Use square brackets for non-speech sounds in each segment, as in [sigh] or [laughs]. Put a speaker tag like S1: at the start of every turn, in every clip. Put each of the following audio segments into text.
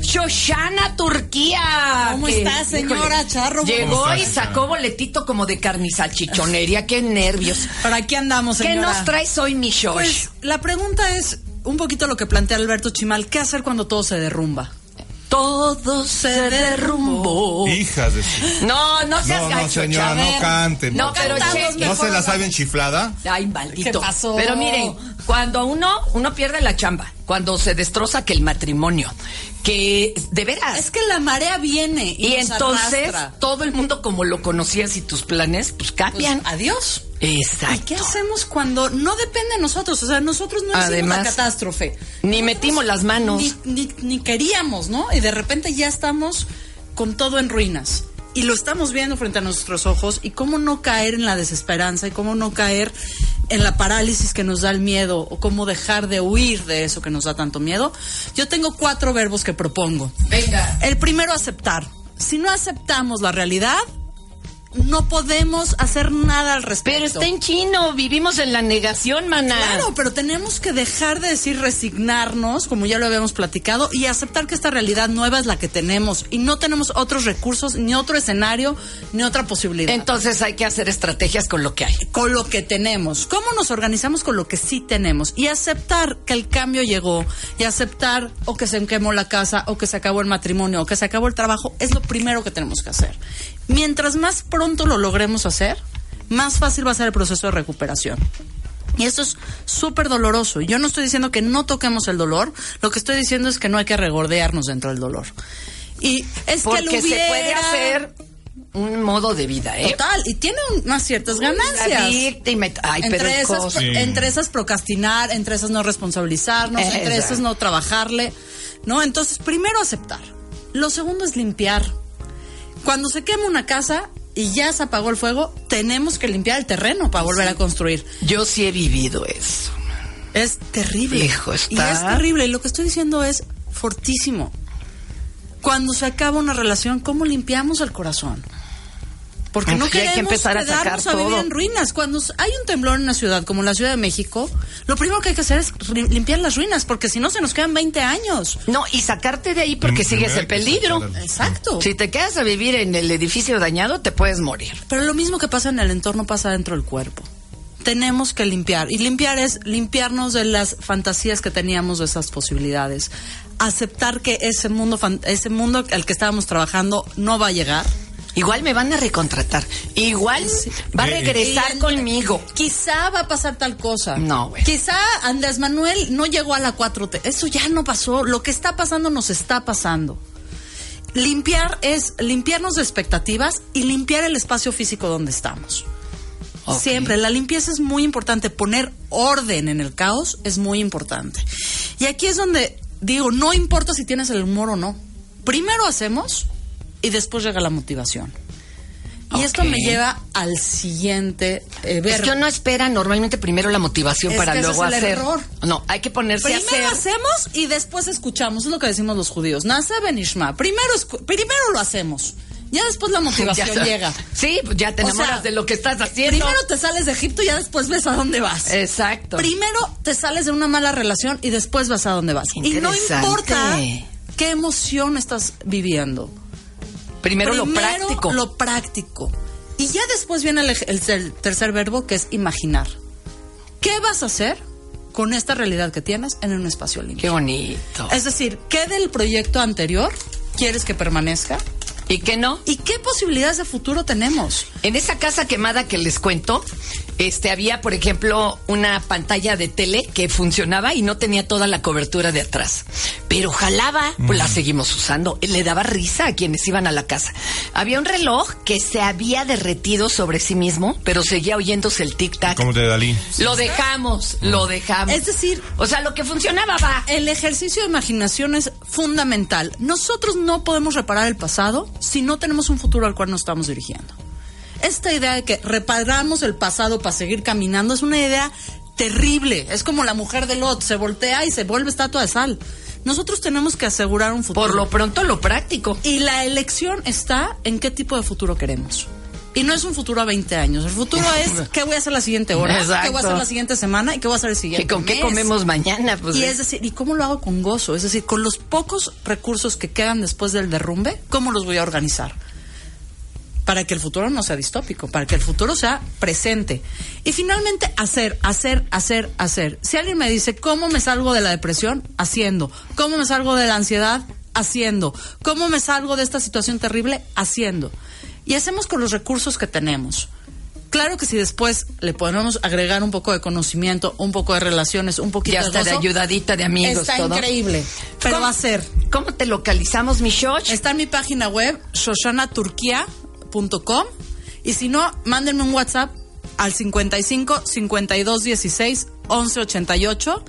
S1: Shoshana Turquía.
S2: ¿Cómo
S1: que,
S2: está, señora
S1: híjole,
S2: Charro?
S1: Llegó
S2: ¿Cómo
S1: y sacó boletito como de carnizalchichonería. Qué nervios.
S2: ¿Para aquí andamos,
S1: ¿Qué
S2: señora?
S1: nos traes hoy, mi Shosh?
S2: Pues la pregunta es un poquito lo que plantea Alberto Chimal. ¿Qué hacer cuando todo se derrumba?
S1: todo se derrumbó.
S3: Hijas de su-
S1: No, no seas
S3: No, no,
S1: gacho,
S3: señora,
S1: Chava.
S3: no canten.
S1: No, pero
S2: cantamos
S1: che,
S3: ¿No
S2: mejor,
S3: se la
S2: ¿verdad?
S3: saben chiflada?
S1: Ay, maldito.
S2: ¿Qué pasó?
S1: Pero miren, cuando uno, uno pierde la chamba, cuando se destroza que el matrimonio, que de veras.
S2: Es que la marea viene y,
S1: y
S2: nos
S1: entonces
S2: arrastra.
S1: todo el mundo como lo conocías y tus planes, pues
S2: Pues,
S1: cambian.
S2: adiós.
S1: Exacto.
S2: ¿Y qué hacemos cuando no depende de nosotros? O sea, nosotros no hicimos
S1: Además,
S2: la catástrofe.
S1: ni metimos las manos.
S2: Ni, ni- ni queríamos, ¿no? Y de repente ya estamos con todo en ruinas. Y lo estamos viendo frente a nuestros ojos. Y cómo no caer en la desesperanza y cómo no caer en la parálisis que nos da el miedo o cómo dejar de huir de eso que nos da tanto miedo. Yo tengo cuatro verbos que propongo.
S1: Venga.
S2: El primero, aceptar. Si no aceptamos la realidad, no podemos hacer nada al respecto.
S1: Pero está en chino, vivimos en la negación, maná.
S2: Claro, pero tenemos que dejar de decir resignarnos, como ya lo habíamos platicado, y aceptar que esta realidad nueva es la que tenemos y no tenemos otros recursos, ni otro escenario, ni otra posibilidad.
S1: Entonces hay que hacer estrategias con lo que hay.
S2: con lo que tenemos, cómo nos organizamos con lo que sí tenemos y aceptar que el cambio llegó y aceptar o que se quemó la casa o que se acabó el matrimonio o que se acabó el trabajo es lo primero que tenemos que hacer. Mientras más pronto lo logremos hacer, más fácil va a ser el proceso de recuperación. Y esto es súper doloroso. Yo no estoy diciendo que no toquemos el dolor, lo que estoy diciendo es que no hay que regordearnos dentro del dolor. Y es
S1: Porque
S2: que lo hubiera...
S1: se puede hacer un modo de vida, ¿eh?
S2: Total, y tiene unas ciertas ganancias
S1: La víctima. y t- Ay, pero
S2: entre,
S1: es
S2: esas,
S1: cosa.
S2: pro- entre esas procrastinar, entre esas no responsabilizarnos, entre
S1: Eh, Exacto.
S2: esas no trabajarle, ¿no? Entonces, primero aceptar. Lo segundo es limpiar. Cuando se quema una casa y ya se apagó el fuego, tenemos que limpiar el terreno para volver a construir.
S1: Yo sí he vivido eso.
S2: Es terrible.
S1: Hijo, está-
S2: Y es terrible. Y lo que estoy diciendo es fortísimo. Cuando se acaba una relación, ¿cómo limpiamos el corazón? Porque no
S1: Pues ya hay que
S2: queremos
S1: empezar a sacar
S2: quedarnos a vivir
S1: todo.
S2: en ruinas. Cuando s- hay un temblor en una ciudad como la Ciudad de México, lo primero que hay que hacer es ri- limpiar las ruinas, porque si no se nos quedan 20 años.
S1: No, y sacarte de ahí porque
S3: Prim-
S1: sigues en
S3: primero Mm, hay que
S1: peligro.
S3: sacar al-
S2: Exacto.
S1: Si te quedas a vivir en el edificio dañado, te puedes morir.
S2: Pero lo mismo que pasa en el entorno pasa dentro del cuerpo. Tenemos que limpiar. Y limpiar es limpiarnos de las fantasías que teníamos de esas posibilidades. Aceptar que ese mundo, fan- ese mundo al que estábamos trabajando no va a llegar.
S1: Igual me van a recontratar. Igual va a
S3: Eh, eh.
S1: regresar
S2: Y-
S1: conmigo.
S2: Quizá va a pasar tal cosa.
S1: No, güey.
S2: Quizá Andrés Manuel no llegó a la 4T. Eso ya no pasó. Lo que está pasando nos está pasando. Limpiar es limpiarnos de expectativas y limpiar el espacio físico donde estamos.
S1: Ok.
S2: Siempre, la limpieza es muy importante, poner orden en el caos es muy importante. Y aquí es donde digo, no importa si tienes el humor o no. Primero hacemos y después llega la motivación. Y esto
S1: Ok.
S2: me lleva al siguiente eh,
S1: Es
S2: verbo.
S1: que uno espera normalmente primero la motivación
S2: Es
S1: para
S2: que ese
S1: luego
S2: es el
S1: hacer.
S2: error.
S1: No, hay que ponerse a hacer.
S2: Primero hacemos y después escuchamos. Es lo que decimos los judíos. Nasa Benishma. Primero, escu- primero lo hacemos. Ya después la motivación
S1: [laughs] Ya-
S2: llega.
S1: Sí, pues ya te
S2: O
S1: enamoras
S2: sea,
S1: de lo que estás haciendo.
S2: Primero te sales de Egipto y ya después ves a dónde vas.
S1: Exacto.
S2: Primero te sales de una mala relación y después vas a dónde vas. Y no
S1: Interesante.
S2: importa qué emoción estás viviendo.
S1: Primero lo
S2: Primero
S1: práctico.
S2: Lo práctico. Y ya después viene el, ej- el ter- tercer verbo que es imaginar. ¿Qué vas a hacer con esta realidad que tienes en un espacio limpio?
S1: Qué bonito.
S2: Es decir, ¿qué del proyecto anterior quieres que permanezca?
S1: ¿Y qué no?
S2: ¿Y qué posibilidades de futuro tenemos?
S1: En esa casa quemada que les cuento, este había, por ejemplo, una pantalla de tele que funcionaba y no tenía toda la cobertura de atrás. Pero jalaba, pues la seguimos usando. Le daba risa a quienes iban a la casa. Había un reloj que se había derretido sobre sí mismo, pero seguía oyéndose el tic-tac.
S3: Como de Dalí.
S1: Lo dejamos, lo dejamos.
S2: Es decir,
S1: o sea, lo que funcionaba va.
S2: el ejercicio de imaginación es fundamental. Nosotros no podemos reparar el pasado si no tenemos un futuro al cual nos estamos dirigiendo. Esta idea de que reparamos el pasado para seguir caminando es una idea terrible. Es como la mujer de Lot, se voltea y se vuelve estatua de sal. Nosotros tenemos que asegurar un futuro.
S1: Por lo pronto, lo práctico.
S2: Y la elección está en qué tipo de futuro queremos. Y no es un futuro a 20 años. El
S1: [laughs]
S2: futuro es qué voy a hacer la siguiente hora, qué voy a
S1: Exacto.
S2: hacer la siguiente semana y qué voy a hacer el siguiente
S1: ¿Y con qué
S2: mes.
S1: comemos mañana? Pues,
S2: y
S1: eh.
S2: es decir, ¿y cómo lo hago con gozo? Es decir, con los pocos recursos que quedan después del derrumbe, ¿cómo los voy a organizar? Para que el futuro no sea distópico, para que el futuro sea presente. Y finalmente, hacer, hacer, hacer, hacer. Si alguien me dice, ¿cómo me salgo de la depresión? Haciendo. ¿Cómo me salgo de la ansiedad? Haciendo. ¿Cómo me salgo de esta situación terrible? Haciendo. Y hacemos con los recursos que tenemos. Claro que si después le podemos agregar un poco de conocimiento, un poco de relaciones, un poquito
S1: ya
S2: de
S1: está de
S2: gozo,
S1: ayudadita de amigos,
S2: Está
S1: todo.
S2: increíble. Pero
S1: ¿Cómo-
S2: va a ser.
S1: ¿Cómo te localizamos, mi Shosh?
S2: Está en mi página web, shoshanaturquía.com. Y si no, mándenme un WhatsApp al 55 52 16 11 88.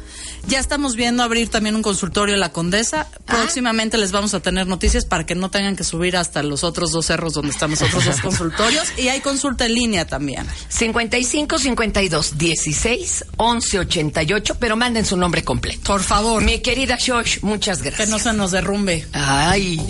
S2: Ya estamos viendo abrir también un consultorio en la Condesa. Próximamente les vamos a tener noticias para que no tengan que subir hasta los otros dos cerros donde están los otros [laughs] dos consultorios. Y hay consulta en línea también.
S1: 55 52 16 11 88, pero manden su nombre completo.
S2: Por favor,
S1: Mi querida Shosh, muchas
S2: que
S1: gracias.
S2: no se nos derrumbe.
S1: Ay.